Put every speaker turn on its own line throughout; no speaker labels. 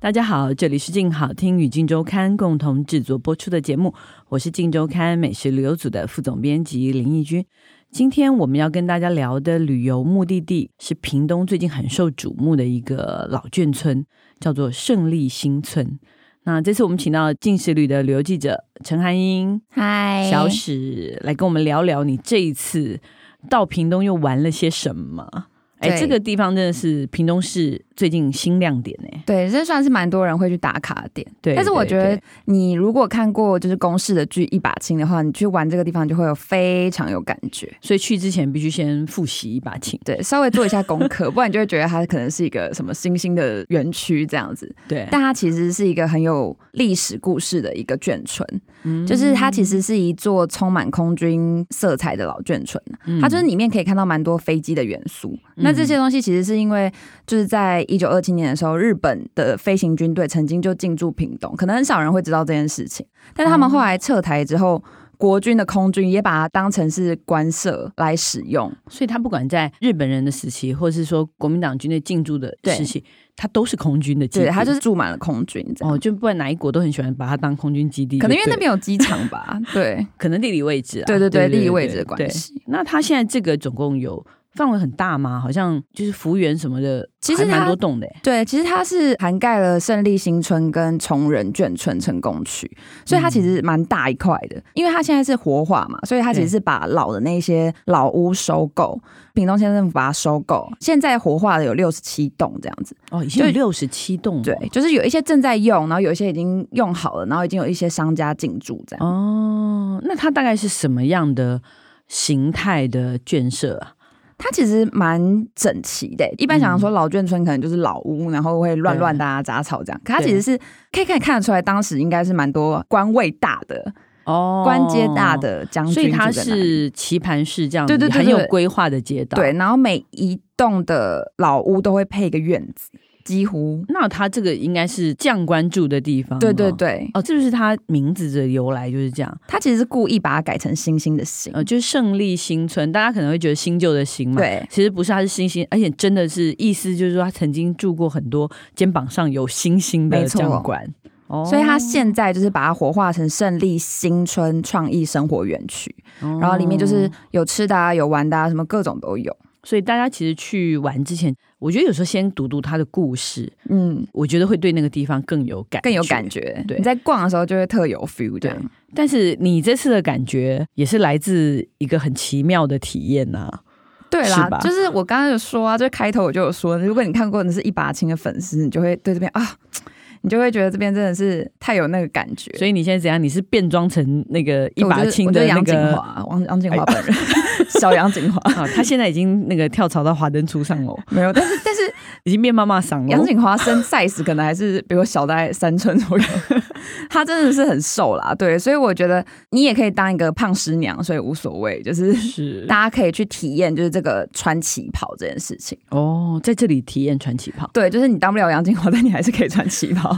大家好，这里是静好听与静周刊共同制作播出的节目，我是静周刊美食旅游组的副总编辑林义君。今天我们要跟大家聊的旅游目的地是屏东最近很受瞩目的一个老眷村，叫做胜利新村。那这次我们请到进食旅的旅游记者陈涵英、
嗨
小史来跟我们聊聊你这一次到屏东又玩了些什么。哎，
对
这个地方真的是屏东市最近新亮点哎、
对，这算是蛮多人会去打卡的点。
对，
但是我
对
觉得
对，
你如果看过就是公式的剧《一把青》的话，你去玩这个地方就会有非常有感觉。
所以去之前必须先复习一把琴。
对，稍微做一下功 课，不然你就会觉得它可能是一个什么新兴的园区这样子。
对，
但它其实是一个很有历史故事的一个眷村，就是它其
嗯
实是一座充满空军色彩的老眷村。它就是里面可以看到蛮多飞机的元素。那这些东西其实是因为就是在一九二七年的时候，日本的飞行军队曾经就进驻屏东，可能很少人会知道这件事情，但他们后来撤台之后。国军的空军也把它当成是官舍来使用，
所以他不管在日本人的时期，或是说国民党军队进驻的时期，他都是空军的基地。
对，它就是住满了空军这样。
哦，就不管哪一国都很喜欢把它当空军基地，
可能因为
就对
那边有机场吧，对
可能地理位置啊，
对对对，地理位置的关。系。
对那他现在这个总共有范围很大吗？好像就是服务员什么的，
其实
还
它
蛮多栋的耶。
对，其实它是涵盖了胜利新村跟崇仁眷村成功区，所以它其实蛮大一块的。因为它现在是活化嘛，所以它其实是把老的那些老屋收购，屏东县政府把它收购，现在活化的有六十七栋这样子。
哦，已经有
对
六十七栋了。
对，就是有一些正在用，然后有一些已经用好了，然后已经有一些商家进驻这样。
哦，那它大概是什么样的形态的建设啊？
它其实蛮整齐的。一般想说老眷村可能就是老屋，然后会乱乱搭杂草这样，可它其实是可以看看得出来，当时应该是蛮多官位大的、
哦，
官阶大。的将军
所以它
住在那里
是棋盘式这样子，
对对对
很有
对
规划的街道。
对，，然后每一栋的老屋都会配一个院子，几乎
那它这个应该是将官住的地方。
对对
哦。
对，
哦，这就是它名字的由来，就是这样。
他其实是故意把它改成星星的星，
呃，就是胜利新村，大家可能会觉得新旧的新嘛，
对
其实不是，它是星星，而且真的是意思就是说，他曾经住过很多肩膀上有星星的
没错
将官，哦
所以他现在就是把它活化成胜利新村创意生活园区，
哦嗯
然后里面就是有吃的啊、有玩的啊，什么各种都有。
所以大家其实去玩之前，我觉得有时候先读读他的故事，
嗯，
我觉得会对那个地方更有感，
更有感。觉。
对
你在逛的时候就会特有 feel 这
对
样。
但是你这次的感觉也是来自一个很奇妙的体验啊呐、
对
是
啦
吧，
就是我刚刚有说啊，就开头我就有说，如果你看过你是一把青的粉丝，你就会对这边啊，你就会觉得这边真的是太有那个感觉。
所以你现在怎样？你是变装成那个一把青
我就
的那
是杨景
个哎
华，啊王杨景华本人，小杨景华
啊、他现在已经那个跳槽到华灯初上哦，
没有，但是但是
已经变妈妈桑
杨
了。
景华身 size 可能还是比我小大概三寸左右， 她真的是很瘦啦，对，所以我觉得你也可以当一个胖师娘，所以无所谓，就是
是
大家可以去体验就是这个穿旗袍这件事情。
哦，在这里体验穿旗袍。
对，就是你当不了杨金华，但你还是可以穿旗袍。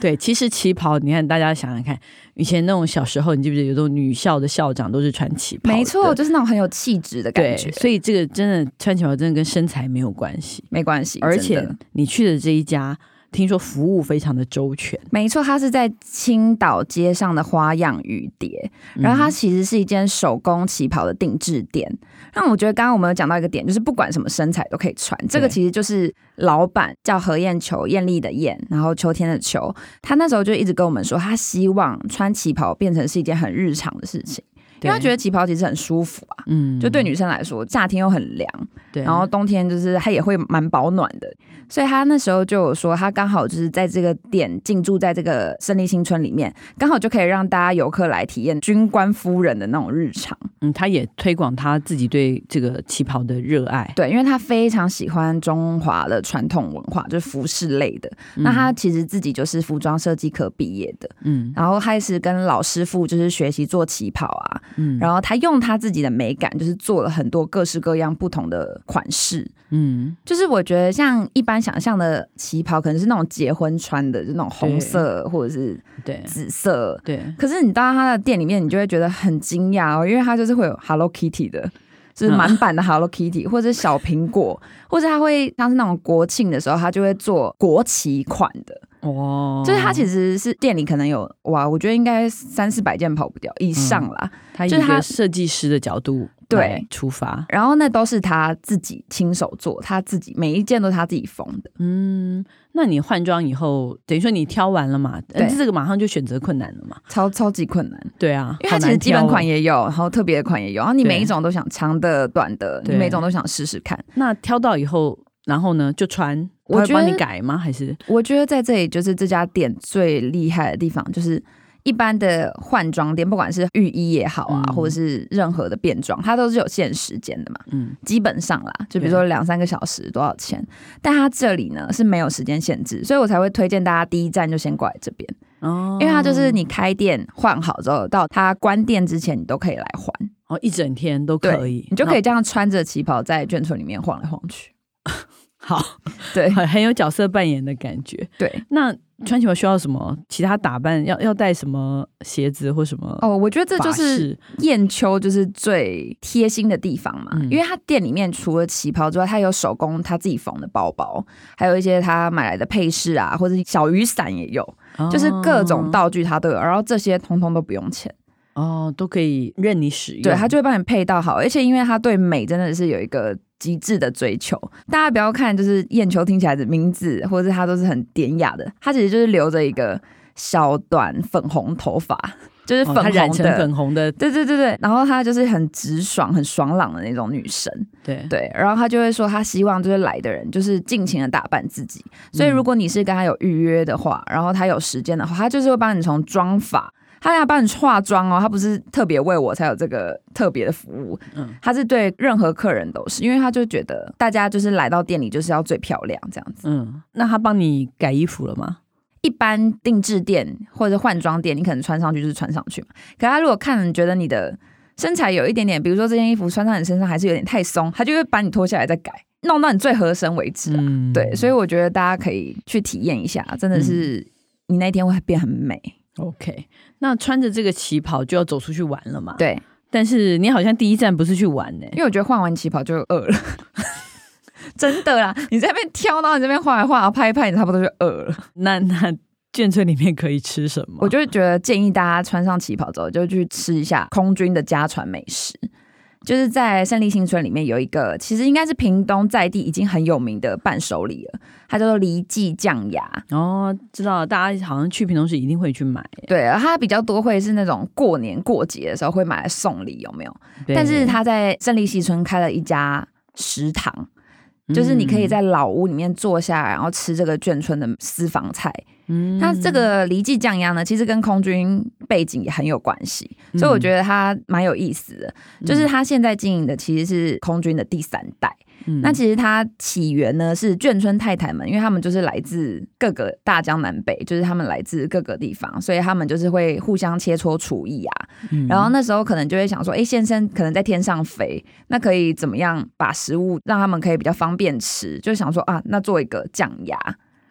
对，其实旗袍，你看大家想想看，以前那种小时候，你记不记得有种女校的校长都是穿旗袍的？
没错，就是那种很有气质的
对
感觉，，
所以这个真的穿旗袍真的跟身材没有关系，
没关系。
而
真
且
的
你去的这一家，听说服务非常的周全。
没错，它是在青岛街上的花样雨蝶，然
嗯
后它其实是一间手工旗袍的定制店。那我觉得刚刚我们有讲到一个点，就是不管什么身材都可以穿，这个
对
其实就是老板叫何艳球，艳丽的艳，然后秋天的秋，他那时候就一直跟我们说，他希望穿旗袍变成是一件很日常的事情。因为他觉得旗袍其实很舒服啊，
嗯
就对女生来说，夏天又很凉，
对，
然后冬天就是它也会蛮保暖的，所以他那时候就有说，他刚好就是在这个店进驻在这个胜利新村里面，刚好就可以让大家游客来体验军官夫人的那种日常。
嗯，他也推广他自己对这个旗袍的热爱。
对，因为他非常喜欢中华的传统文化，就是服饰类的。那他其实自己就是服装设计科毕业的，
嗯
然后开始跟老师傅就是学习做旗袍啊，
嗯
然后他用他自己的美感，就是做了很多各式各样不同的款式。
嗯，
就是我觉得像一般想象的旗袍，可能是那种结婚穿的，就那种红色或者是
对
紫色。
对，
可是你到他的店里面，你就会觉得很惊讶哦，因为他就是会有 Hello Kitty 的，
嗯
就是满版的 Hello Kitty，、或者是小苹果，或者他会像是那种国庆的时候，他就会做国旗款的，
哦，
就是他其实是店里可能有哇，我觉得应该三四百件跑不掉
嗯
以上啦。
他以
就是
一
他
个设计师的角度
对
来出发，
然后那都是他自己亲手做，他自己每一件都是他自己缝的。
嗯，那你换装以后，等于说你挑完了嘛？但
对
这个马上就选择困难了嘛？
超超级困难，
对啊，
因为它
好
其
难
实基本
挑哦
款也有，然后特别的款也有，然后你
对
每一种都想长的、短的，你
对
每一种都想试试看。
那挑到以后，然后呢就穿，
我
他会帮你
觉得
改吗？还是
我觉得在这里就是这家店最厉害的地方，就是一般的换装店，不管是浴衣也好啊，
嗯
或者是任何的变装，它都是有限时间的嘛，
嗯
基本上啦，就比如说两三个小时多少钱，但它这里呢是没有时间限制，所以我才会推荐大家第一站就先过来这边，
哦
因为它就是你开店换好之后，到它关店之前，你都可以来换。
哦一整天都
对
可以，
你就可以
那
这样穿着旗袍在眷村里面晃来晃去。
好，
对
很很有角色扮演的感觉。
对，
那穿起来需要什么？其他打扮要要带什么鞋子或什么？
哦，我觉得这就
法
是
式
燕秋就是最贴心的地方嘛，
嗯
因为他店里面除了旗袍之外，他有手工他自己缝的包包，还有一些他买来的配饰啊，或者小雨伞也有，就是各种道具他都有，然后这些通通都不用钱，
哦哦都可以任你使用。
对他就会帮你配到好，而且因为他对美真的是有一个。极致的追求，大家不要看，就是燕秋听起来的名字，或者是他都是很典雅的，他其实就是留着一个小短粉红头发，就是
哦
粉红
它
的，
染成粉红的，
对对对对，然后她就是很直爽、很爽朗的那种女生，
对
对。然后她就会说，她希望就是来的人就是尽情的打扮自己。所以如果你是跟她有预约的话，然后她有时间的话，她就是会帮你从妆法，她要帮你化妆哦，她不是特别为我才有这个特别的服务，
嗯
她是对任何客人都是，因为她就觉得大家就是来到店里就是要最漂亮这样子。
嗯，那他帮你改衣服了吗？
一般定制店或者换装店，你可能穿上去就是穿上去嘛。可他如果看你觉得你的身材有一点点，比如说这件衣服穿上你身上还是有点太松，他就会把你脱下来再改，弄到你最合身为止啊、
嗯，
对，所以我觉得大家可以去体验一下，真的是嗯你那天会变很美。
OK，那穿着这个旗袍就要走出去玩了嘛？。
对，
但是你好像第一站不是去玩呢、
因为我觉得换完旗袍就饿了。 真的啦，你在那边挑，然后你这边画一画，然后拍一拍，你差不多就饿了。
那 那眷村里面可以吃什么？
我就会觉得建议大家穿上旗袍之后，就去吃一下空军的家传美食。就是在胜利新村里面有一个，其实应该是屏东在地已经很有名的伴手礼了，它叫做梨记酱芽。
哦，知道了大家好像去屏东时一定会去买、
对，然后它比较多会是那种过年过节的时候会买来送礼，有没有？
对
但是它在胜利新村开了一家食堂，就是你可以在老屋里面坐下来，然后吃这个眷村的私房菜。
嗯，
它这个离季酱鸭呢，其实跟空军背景也很有关系，
嗯
所以我觉得它蛮有意思的。就是它现在经营的其实是空军的第三代，
嗯
那其实它起源呢是眷村太太们，因为他们就是来自各个大江南北，就是他们来自各个地方，所以他们就是会互相切磋厨艺啊。
嗯
然后那时候可能就会想说，哎、先生可能在天上飞，那可以怎么样把食物让他们可以比较方便吃？就想说啊，那做一个酱鸭。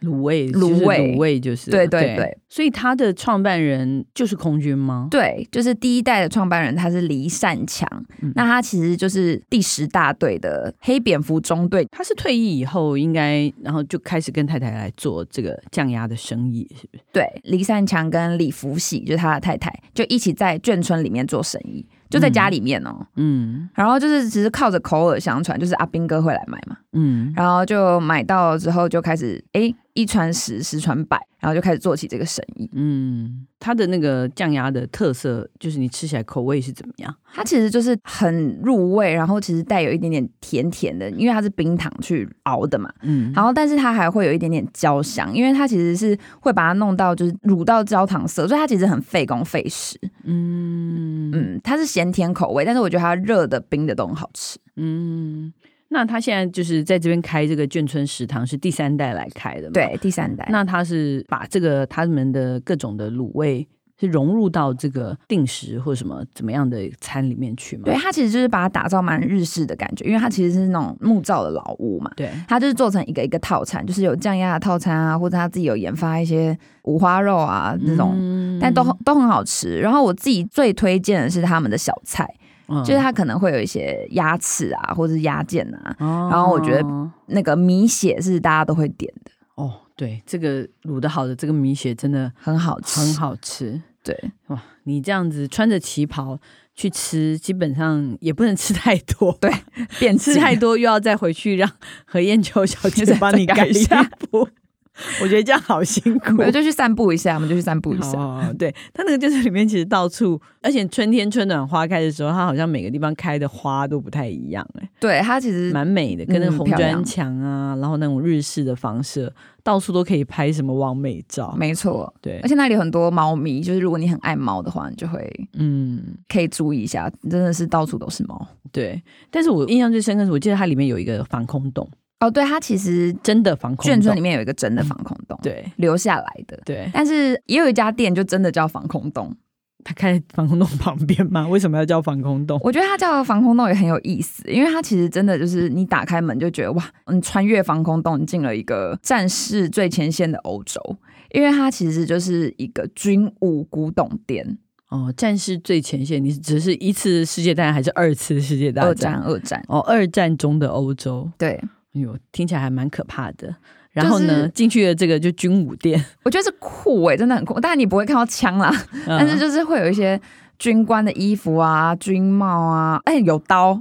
卤味
卤
就是
味
卤味就是
对对对，
所以他的创办人就是空军吗？
对，就是第一代的创办人，他是黎善强，那他其实就是第十大队的黑蝙蝠中队。
他是退役以后应该，然后就开始跟太太来做这个酱鸭的生意，是不是？
对，黎善强跟李福喜，就是他的太太，就一起在眷村里面做生意，就在家里面哦。
嗯
然后就是只是靠着口耳相传，就是阿兵哥会来买嘛，
嗯
然后就买到之后就开始哎一传十，十传百，然后就开始做起这个生意。
嗯，它的那个酱鸭的特色就是你吃起来口味是怎么样？
它其实就是很入味，然后其实带有一点点甜甜的，因为它是冰糖去熬的嘛。
嗯，
然后，但是它还会有一点点焦香，因为它其实是会把它弄到就是乳到焦糖色，所以它其实很费工费时。
嗯嗯
嗯，它是咸甜口味，但是我觉得它热的、冰的都很好吃。
嗯。那他现在就是在这边开这个眷村食堂，是第三代来开的嘛？。
对，第三代，
那他是把这个他们的各种的卤味是融入到这个定时或什么怎么样的餐里面去吗？
对它其实就是把它打造蛮日式的感觉，因为它其实是那种木造的老屋嘛。
对，
它就是做成一个一个套餐，就是有酱鸭的套餐啊，或者他自己有研发一些五花肉啊这种，
嗯
但都都很好吃。然后我自己最推荐的是他们的小菜，
嗯
就是它可能会有一些鸭翅啊，或者是鸭腱啊，
哦
然后我觉得那个米血是大家都会点的，
哦，对，这个卤的好的这个米血真的
很好吃，
很好吃
对。
哇！你这样子穿着旗袍去吃，基本上也不能吃太多，
对 变
吃
质
太多又要再回去让何燕秋小姐
再
帮你
再
改
改一下
衣服， 我觉得这样好辛苦
我。就去散步一下，我们就去散步一下。
哦，对，它那个就是里面其实到处，而且春天春暖花开的时候，它好像每个地方开的花都不太一样、哎，
对，它其实
蛮美的，跟那个
嗯
红
漂亮
砖墙啊，然后那种日式的房舍，到处都可以拍什么完美照。
没错，
对
嗯而，且那里有很多猫咪，就是如果你很爱猫的话，你就会
嗯，
可以注意一下，真的是到处都是猫。
对。但是我印象最深刻是，我记得它里面有一个防空洞，
哦，对，它其实
真的防空洞。
眷村里面有一个真的防空洞，，
对
留下来的。
对，
但是也有一家店就真的叫防空洞，
它开在防空洞旁边吗？为什么要叫防空洞？
我觉得它叫防空洞也很有意思，因为它其实真的就是你打开门就觉得哇，你穿越防空洞，你进了一个战事最前线的欧洲，因为它其实就是一个军武古董店，
哦，战事最前线，你只是一次世界大战还是二次世界大
二
战？
战二战，
哦，二战中的欧洲，
对
哎呦，听起来还蛮可怕的。然后呢，
就是
进去的这个就军武店，
我觉得是酷欸诶、真的很酷，当然你不会看到枪啦，但是
嗯
就是会有一些军官的衣服啊、军帽啊，哎、有刀，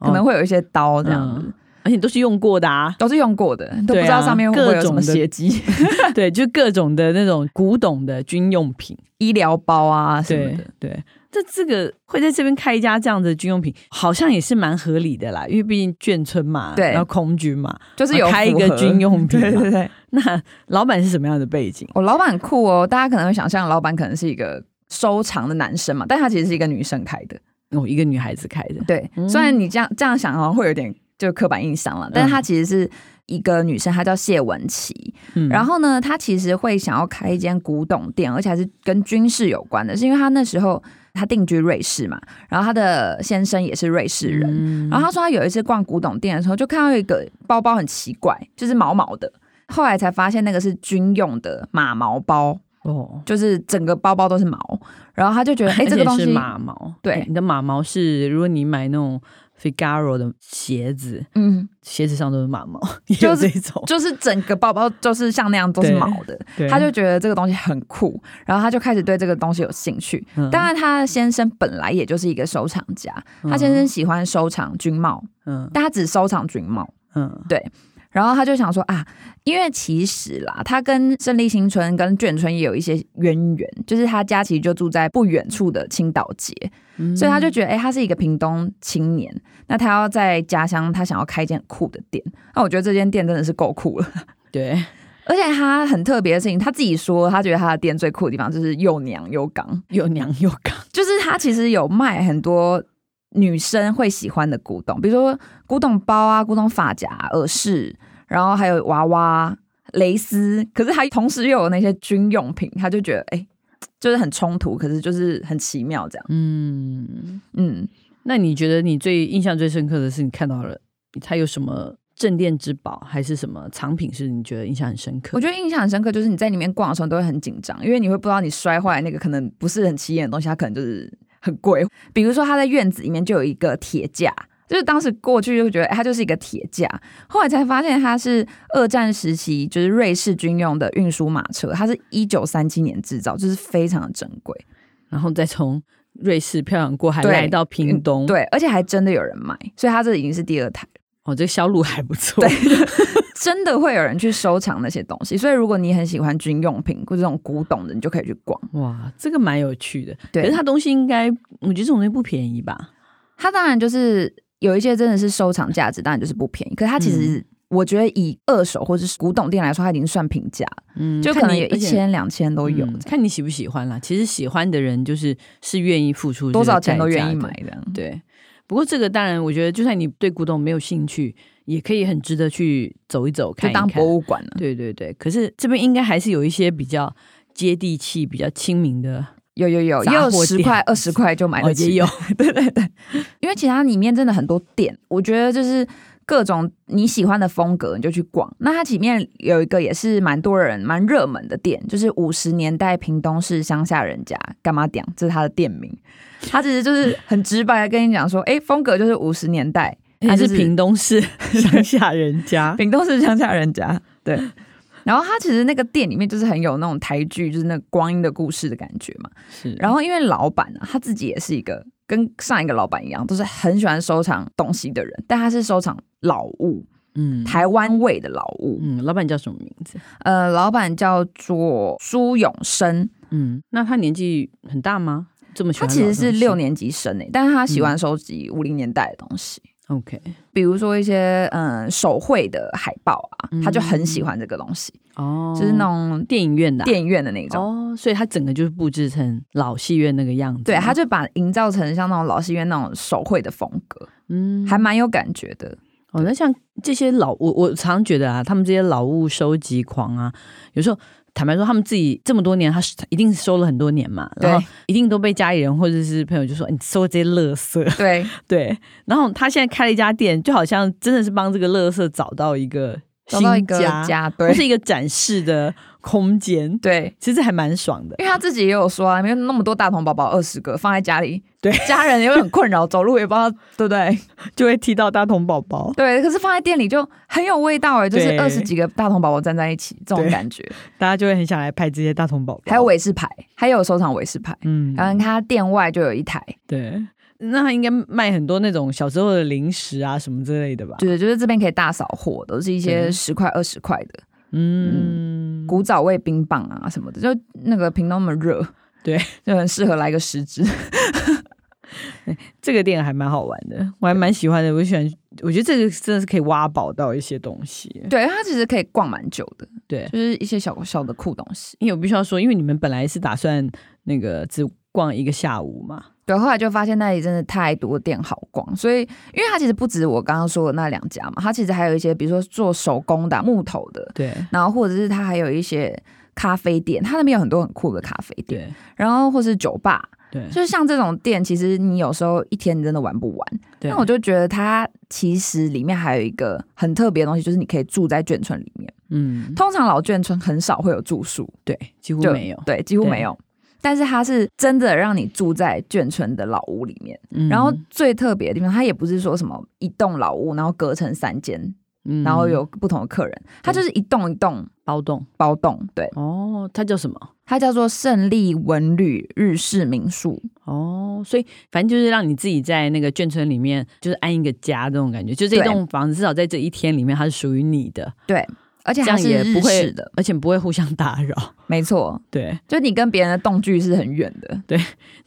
可能
哦
会有一些刀这样子。，
嗯而且都是用过的啊
都是用过的，都不
对啊
知道上面会不会有什
各
么
种的
血迹、
对，就各种的那种古董的军用品，
医疗包啊什么
对
的。
对。这这个会在这边开一家这样的军用品，好像也是蛮合理的啦，因为毕竟眷村嘛，
对
然后空军嘛，
就是有
开一个
符合
军用品嘛啊
对对对，
那老板是什么样的背景？
我、老板很酷哦，大家可能会想象老板可能是一个收藏的男生嘛，但他其实是一个女生开的。
哦，一个女孩子开的，
对，虽然你这样这样想好像会有点就刻板印象了，但是他其实是一个女生，她叫谢文琪。
嗯
然后呢，她其实会想要开一间古董店，而且还是跟军事有关的，是因为她那时候她定居瑞士嘛，然后她的先生也是瑞士人。然后她说她有一次逛古董店的时候，就看到一个包包很奇怪，就是毛毛的。后来才发现那个是军用的马毛包，
哦，
就是整个包包都是毛，然后他就 觉得，哎、
而
这
且
个东
是
西，
马毛，
对
哎你的马毛是如果你买那种 Figaro 的鞋子，
嗯，
鞋子上都是马毛，也有
就是
这种，
就是整个包包就是像那样都是
对
毛的，
对
他就觉得这个东西很酷，然后他就开始对这个东西有兴趣。
嗯
当然，他先生本来也就是一个收藏家，他先生喜欢收藏军帽，
嗯
但他只收藏军帽。
嗯
然后他就想说啊，因为其实啦，他跟胜利新村跟眷村也有一些渊源，就是他家其实就住在不远处的青岛街，
嗯
所以他就觉得，哎、他是一个屏东青年，那他要在家乡，他想要开一间很酷的店。那我觉得这间店真的是够酷了，
对，
而且他很特别的事情，他自己说，他觉得他的店最酷的地方就是又娘又刚，
又娘又刚，
就是他其实有卖很多。女生会喜欢的古董，比如说古董包啊、古董发夹、耳饰，然后还有娃娃、蕾丝。可是他同时又有那些军用品，他就觉得哎、就是很冲突，可是就是很奇妙这样。
嗯。
嗯，
那你觉得你最印象最深刻的是你看到了它有什么镇店之宝，还是什么藏品是你觉得印象很深刻？
我觉得印象很深刻，就是你在里面逛的时候，你都会很紧张，因为你会不知道你摔坏那个可能不是很起眼的东西，它可能就是很贵。比如说，他在院子里面就有一个铁架，就是当时过去就觉得、哎它就是一个铁架，后来才发现它是二战时期就是瑞士军用的运输马车，它是一九三七年制造，就是非常的珍贵。
然后再从瑞士漂洋过海
对
来到屏东，，
对，而且还真的有人买，所以它这已经是第二台。
哦，这个销路还不错，
真的会有人去收藏那些东西。所以如果你很喜欢军用品或者这种古董的，你就可以去逛。
哇，这个蛮有趣的。
对
可是它东西应该，我觉得这种东西不便宜吧？
它当然就是有一些真的是收藏价值，当然就是不便宜。可是它其实、
嗯
我觉得以二手或者是古董店来说，它已经算平价了，
嗯
就可能有一
千
千、两嗯千都有，
看你喜不喜欢啦。其实喜欢的人就是是愿意付出这个
多少钱都
代价
愿意
的
买的。
对，不过这个当然，我觉得就算你对古董没有兴趣，也可以很值得去走一走，
就
看一看。
当博物馆了，
对对对，可是这边应该还是有一些比较接地气、比较亲民的，
有有有，也
杂货
有十
店
块、二十块就买
哦
得
也
起，
有
对对对，因为其他里面真的很多店，我觉得就是各种你喜欢的风格你就去逛。那它里面有一个也是蛮多人蛮热门的店，就是五十年代屏东市乡下人家干嘛讲，这是它的店名。它其实就是很直白的跟你讲说，哎，风格就是五十年代，
还哎是
就是
屏东市 乡下人家。
屏东市乡下人家，对。然后它其实那个店里面就是很有那种台剧，就是那个光阴的故事的感觉嘛。
是，
然后因为老板呢、啊，他自己也是一个跟上一个老板一样，都是很喜欢收藏东西的人，但他是收藏老物，
嗯
台湾味的老物。
嗯，老板叫什么名字？
呃，老板叫做苏永生，
嗯，那他年纪很大吗？这么喜
他
欢
其实是六
年
年级生诶、欸但是他喜
嗯
欢收集五零年代的东西。
，OK，
比如说一些嗯手绘的海报啊，
嗯
他就很喜欢这个东西，
哦，
就是那种
电影院的啊、
电影院的那种。
哦，所以他整个就是布置成老戏院那个样子，
对，他
就
就把营造成像那种老戏院那种手绘的风格，
嗯
还蛮有感觉的。
哦，那像这些老我我常觉得啊，他们这些老物收集狂啊，有时候坦白说，他们自己这么多年，他是一定收了很多年嘛，然后
对
一定都被家里人或者是朋友就说你收这些垃圾，
对，
对，然后他现在开了一家店，就好像真的是帮这个垃圾找到一个
找到一
新
个
家，
家，
或
对
是一个展示的空间，
对，
其实还蛮爽的。
因为他自己也有说啊，没有那么多大童宝宝二十个放在家里，
对，
家人也会很困扰，走路也不知道，对不对？
就会提到大童宝宝，
对，可是放在店里就很有味道哎，就是
对
二十几个大童宝宝站在一起这种
对
感觉。
大家就会很想来拍这些大童宝宝。
还有，韦氏牌，还有收藏韦氏牌，
嗯
然后他店外就有一台，
对，那他应该卖很多那种小时候的零食啊什么之类的吧？
对，就是这边可以大扫货，都是一些
对
十块二十块的
嗯，
古早味冰棒啊什么的，就那个屏东那么热，
对，
就很适合来个十支。
这个店还蛮好玩的，我还蛮喜欢的。我喜欢，我觉得这个真的是可以挖宝到一些东西。
对，它其实可以逛蛮久的，
对
就是一些小小的酷东西。
因为我必须要说，因为你们本来是打算那个只逛一个下午嘛，
对，后来就发现那里真的太多店好逛，所以因为它其实不止我刚刚说的那两家嘛，它其实还有一些，比如说做手工的啊、木头的，
对
然后或者是它还有一些咖啡店，它那边有很多很酷的咖啡店，
对
然后或是酒吧，
对
就是像这种店，其实你有时候一天你真的玩不完。
对，
那我就觉得它其实里面还有一个很特别的东西，就是你可以住在眷村里面。
嗯，
通常老眷村很少会有住宿，
对，几乎
就
没有。
对，几乎
对
没有。但是它是真的让你住在眷村的老屋里面，
嗯
然后最特别的地方，它也不是说什么一栋老屋，然后隔成三间，
嗯
然后有不同的客人，它就是一栋一栋
包栋
包栋，对，
哦，它叫什么？
它叫做胜利文旅日式民宿，
哦，所以反正就是让你自己在那个眷村里面，就是安一个家这种感觉，就这
对
栋房子至少在这一天里面它是属于你的，
而且
这样
它是
也
日
不会
式的，，
而且不会互相打扰。
没错，
对，
就你跟别人的栋距是很远的，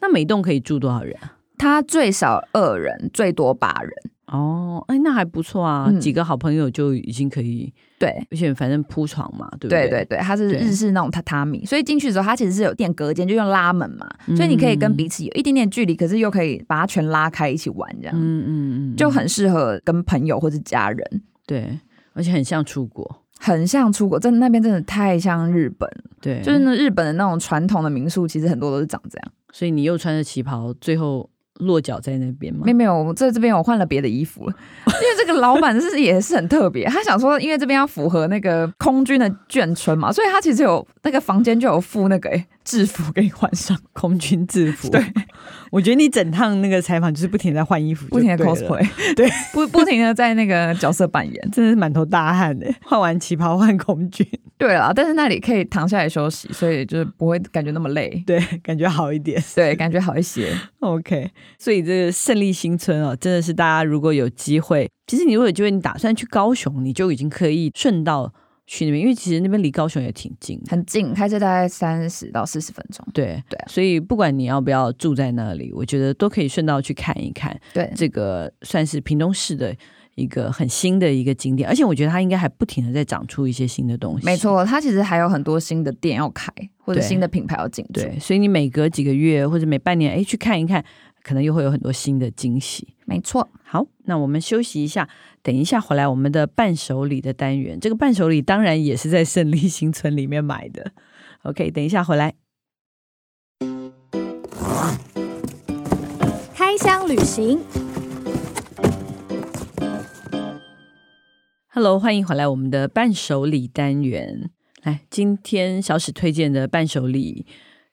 那每栋可以住多少人啊？
它最少二人，最多八人，
哦，哎，那还不错啊，
嗯
几个好朋友就已经可以，
对。
而且反正铺床嘛，对不
对对
对
对，它是
对
日式那种榻榻米，所以进去的时候，它其实是有垫隔间，就用拉门嘛，
嗯
所以你可以跟彼此有一点点距离，可是又可以把它全拉开一起玩，这样、
嗯嗯嗯，
就很适合跟朋友或是家人。
对，而且很像出国，
很像出国，真的那边真的太像日本了，
对，
就是那日本的那种传统的民宿，其实很多都是长这样。
所以你又穿着旗袍，最后落脚在那边嘛
没，有没有，我在这边我换了别的衣服了，因为这个老板是也是很特别，他想说，因为这边要符合那个空军的眷村嘛，所以他其实有那个房间就有附那个、诶制服给你换上。
空军制服，
对，
我觉得你整趟那个采访就是不停地在换衣服，
不停的
就对了
cosplay，
对，
不不停的在那个角色扮演。
真的是满头大汗 的，换完旗袍换空军，
对啦，但是那里可以躺下来休息，所以就是不会感觉那么累，
对，感觉好一点。
对，感觉好一些。
OK，所以这个胜利新村哦，真的是大家如果有机会，其实你如果有机会，你打算去高雄，你就已经可以顺道去那边，因为其实那边离高雄也挺近的。
很近，开车大概三十到四十分钟。
对
对啊
所以不管你要不要住在那里，我觉得都可以顺道去看一看。
对，
这个算是屏东市的一个很新的一个景点，而且我觉得它应该还不停的在长出一些新的东西。
没，错，它其实还有很多新的店要开，或者
对
新的品牌要进驻。
对，所以你每隔几个月或者每半年，哎，去看一看，可能又会有很多新的惊喜。
没错，
好，那我们休息一下，等一下回来我们的伴手礼的单元。这个伴手礼当然也是在胜利新村里面买的。OK，等一下回来。
开箱旅行。
Hello，欢迎回来我们的伴手礼单元。来，今天小史推荐的伴手礼，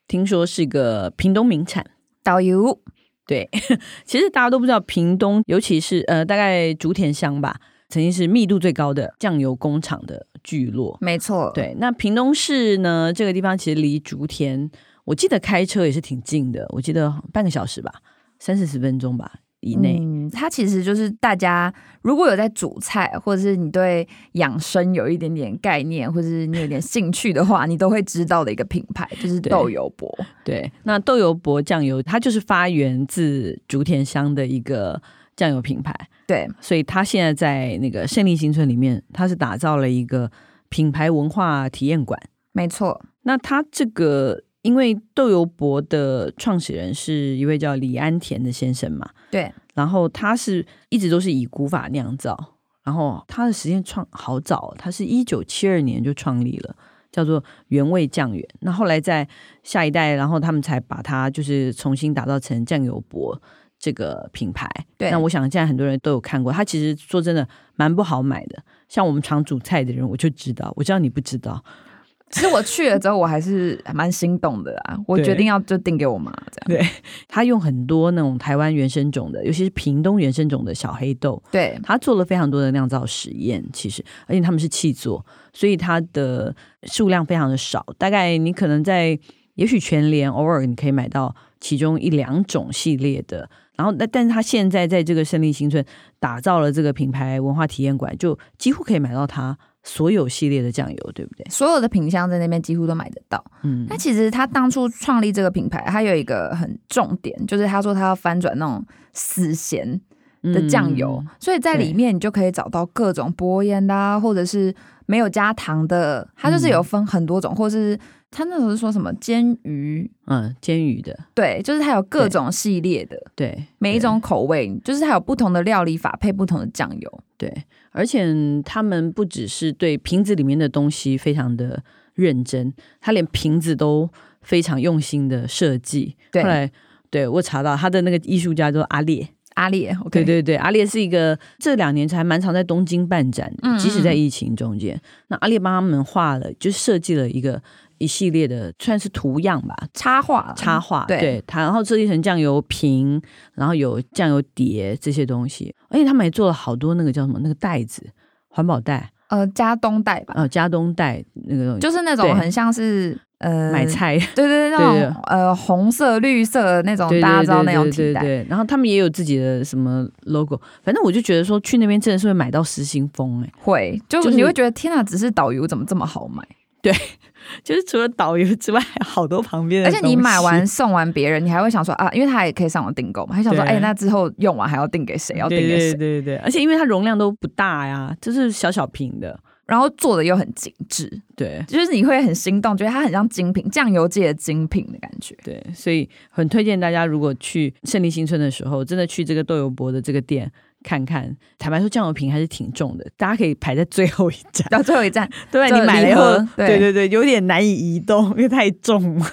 听说是个屏东名产。
导游
对， 其实大家都不知道，屏东尤其是呃，大概竹田乡吧，曾经是密度最高的酱油工厂的聚落。
没错，，
对，那屏东市呢，这个地方其实离竹田，我记得开车也是挺近的，我记得半个小时吧，三四十分钟吧以内。
嗯，它其实就是大家如果有在煮菜，或者是你对养生有一点点概念，或者是你有点兴趣的话，你都会知道的一个品牌，就是
对
豆油博。
对，那豆油博酱油，它就是发源自竹田乡的一个酱油品牌，
对，
所以它现在在那个胜利新村里面，它是打造了一个品牌文化体验馆。
没错，
那它这个。因为豆油博的创始人是一位叫李安田的先生嘛，
对，
然后它是一直都是以古法酿造，然后它的时间创好早，它是一九七二年就创立了，叫做原味酱园。那后来在下一代，然后他们才把它就是重新打造成酱油博这个品牌。
对
那我想现在很多人都有看过，它其实说真的蛮不好买的。像我们常煮菜的人，我就知道，我知道你不知道，
其实我去了之后，我还是蛮心动的啦。我
对
决定要就订给我妈这样。
它用很多那种台湾原生种的，尤其是屏东原生种的小黑豆，
对，
他做了非常多的酿造实验，其实，而且他们是气做，所以它的数量非常的少，大概你可能在也许全联偶尔你可以买到其中一两种系列的，然后那但是他现在在这个胜利新村打造了这个品牌文化体验馆，就几乎可以买到它所有系列的酱油，对不对？
所有的品相在那边几乎都买得到。
嗯
那其实他当初创立这个品牌，他有一个很重点，就是他说他要翻转那种死咸
嗯
的酱油，所以在里面你就可以找到各种薄盐的、啊，或者是没有加糖的，它就是
嗯
有分很多种，或是他那时候是说什么煎鱼，
嗯，嗯，煎鱼的，
对，就是它有各种系列的，
对，
每一
对
种口味，就是它有不同的料理法配不同的酱油，
对，而且他们不只是对瓶子里面的东西非常的认真，他连瓶子都非常用心的设计。
对
后来对我查到他的那个艺术家叫阿烈，
阿列，OK，
对对对，阿烈是一个这两年才蛮常在东京办展的，
嗯
即使在疫情中间，那阿烈帮他们画了，就设计了一个一系列的算是图样吧，
插画啦
插画，
对
对它，然后设计成酱油瓶，然后有酱油碟这些东西，而且他们也做了好多那个叫什么那个袋子，环保袋，
呃加东带吧，
呃，加东袋那个东西，
就是那种
对
很像是呃
买菜，
对
对
对对，那
对
种呃红色、绿色那种，
对
大家
对
知道
对
那
对
种
对
提
对
袋，
对，然后他们也有自己的什么 logo，反正我就觉得说去那边真的是会买到失心疯哎、
会就
就是
你会觉得天哪，只是导游怎么这么好买？
就是除了导游之外， 还有好多旁边的
而
东西，
且你买完送完别人，你还会想说啊，因为他也可以上网订购嘛，还想说
对
哎、那之后用完还要订给谁？要订
对
给
对对
谁？
对对，而且因为它容量都不大呀，就是小小瓶的，
然后做的又很精致，
对。
就是你会很心动，觉得它很像精品，酱油界的精品的感觉。。
对，所以很推荐大家，如果去胜利新村的时候，真的去这个豆油博的这个店看看。坦白说，酱油瓶还是挺重的，大家可以排在最后一站
然后最后一站，
对
这
你买了
礼
以后
盒，对
对对对，有点难以移动，因为太重了。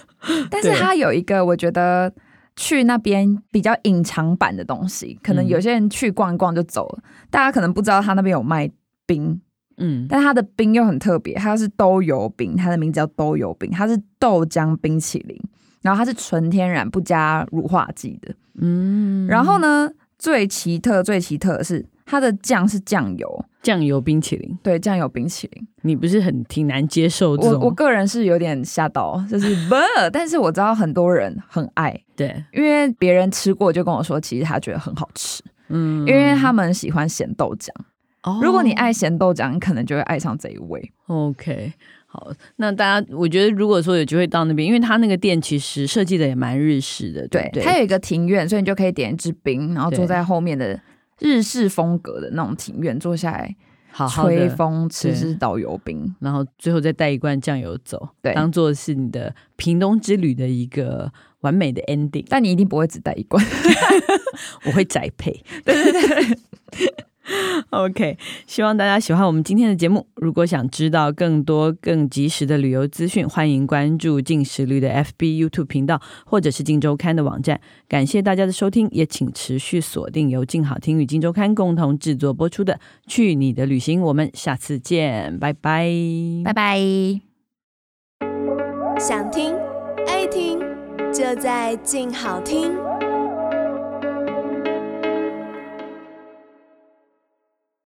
但是
对
它有一个我觉得去那边比较隐藏版的东西，可能
嗯
有些人去逛一逛就走了，大家可能不知道他那边有卖冰。
嗯，
但它的冰又很特别，它是豆油冰，它的名字叫豆油冰，它是豆浆冰淇淋。然后它是纯天然不加乳化剂的。嗯，然后呢，最奇特最奇特的是它的酱是酱油，
酱油冰淇淋，
对，酱油冰淇淋。
你不是很挺难接受这
我我
种？
个人是有点吓到，就是 不，但是我知道很多人很爱，
对，
因为别人吃过就跟我说，其实他觉得很好吃，
嗯
因为他们喜欢咸豆浆。
哦
如果你爱咸豆浆，你可能就会爱上这一味。
OK，好，那大家，我觉得如果说有机会到那边，因为它那个店其实设计的也蛮日式的，对
对
不，对，
它有一个庭院，所以你就可以点一支冰，然后
对
坐在后面的日式风格的那种庭院坐下来
好好
吹
的，
风，吃
对
吃导游冰。
然后最后再带一罐酱油走，
对
当做是你的屏东之旅的一个完美的 ending，
但你一定不会只带一罐，
我会宅配，对 对对。OK，希望大家喜欢我们今天的节目。如果想知道更多更及时的旅游资讯，欢迎关注“进食旅”的 FB、YouTube 频道，或者是《静周刊》的网站。感谢大家的收听，也请持续锁定由静好听与静周刊共同制作播出的《去你的旅行》，我们下次见，拜拜，
拜拜。
想听爱听，就在静好听。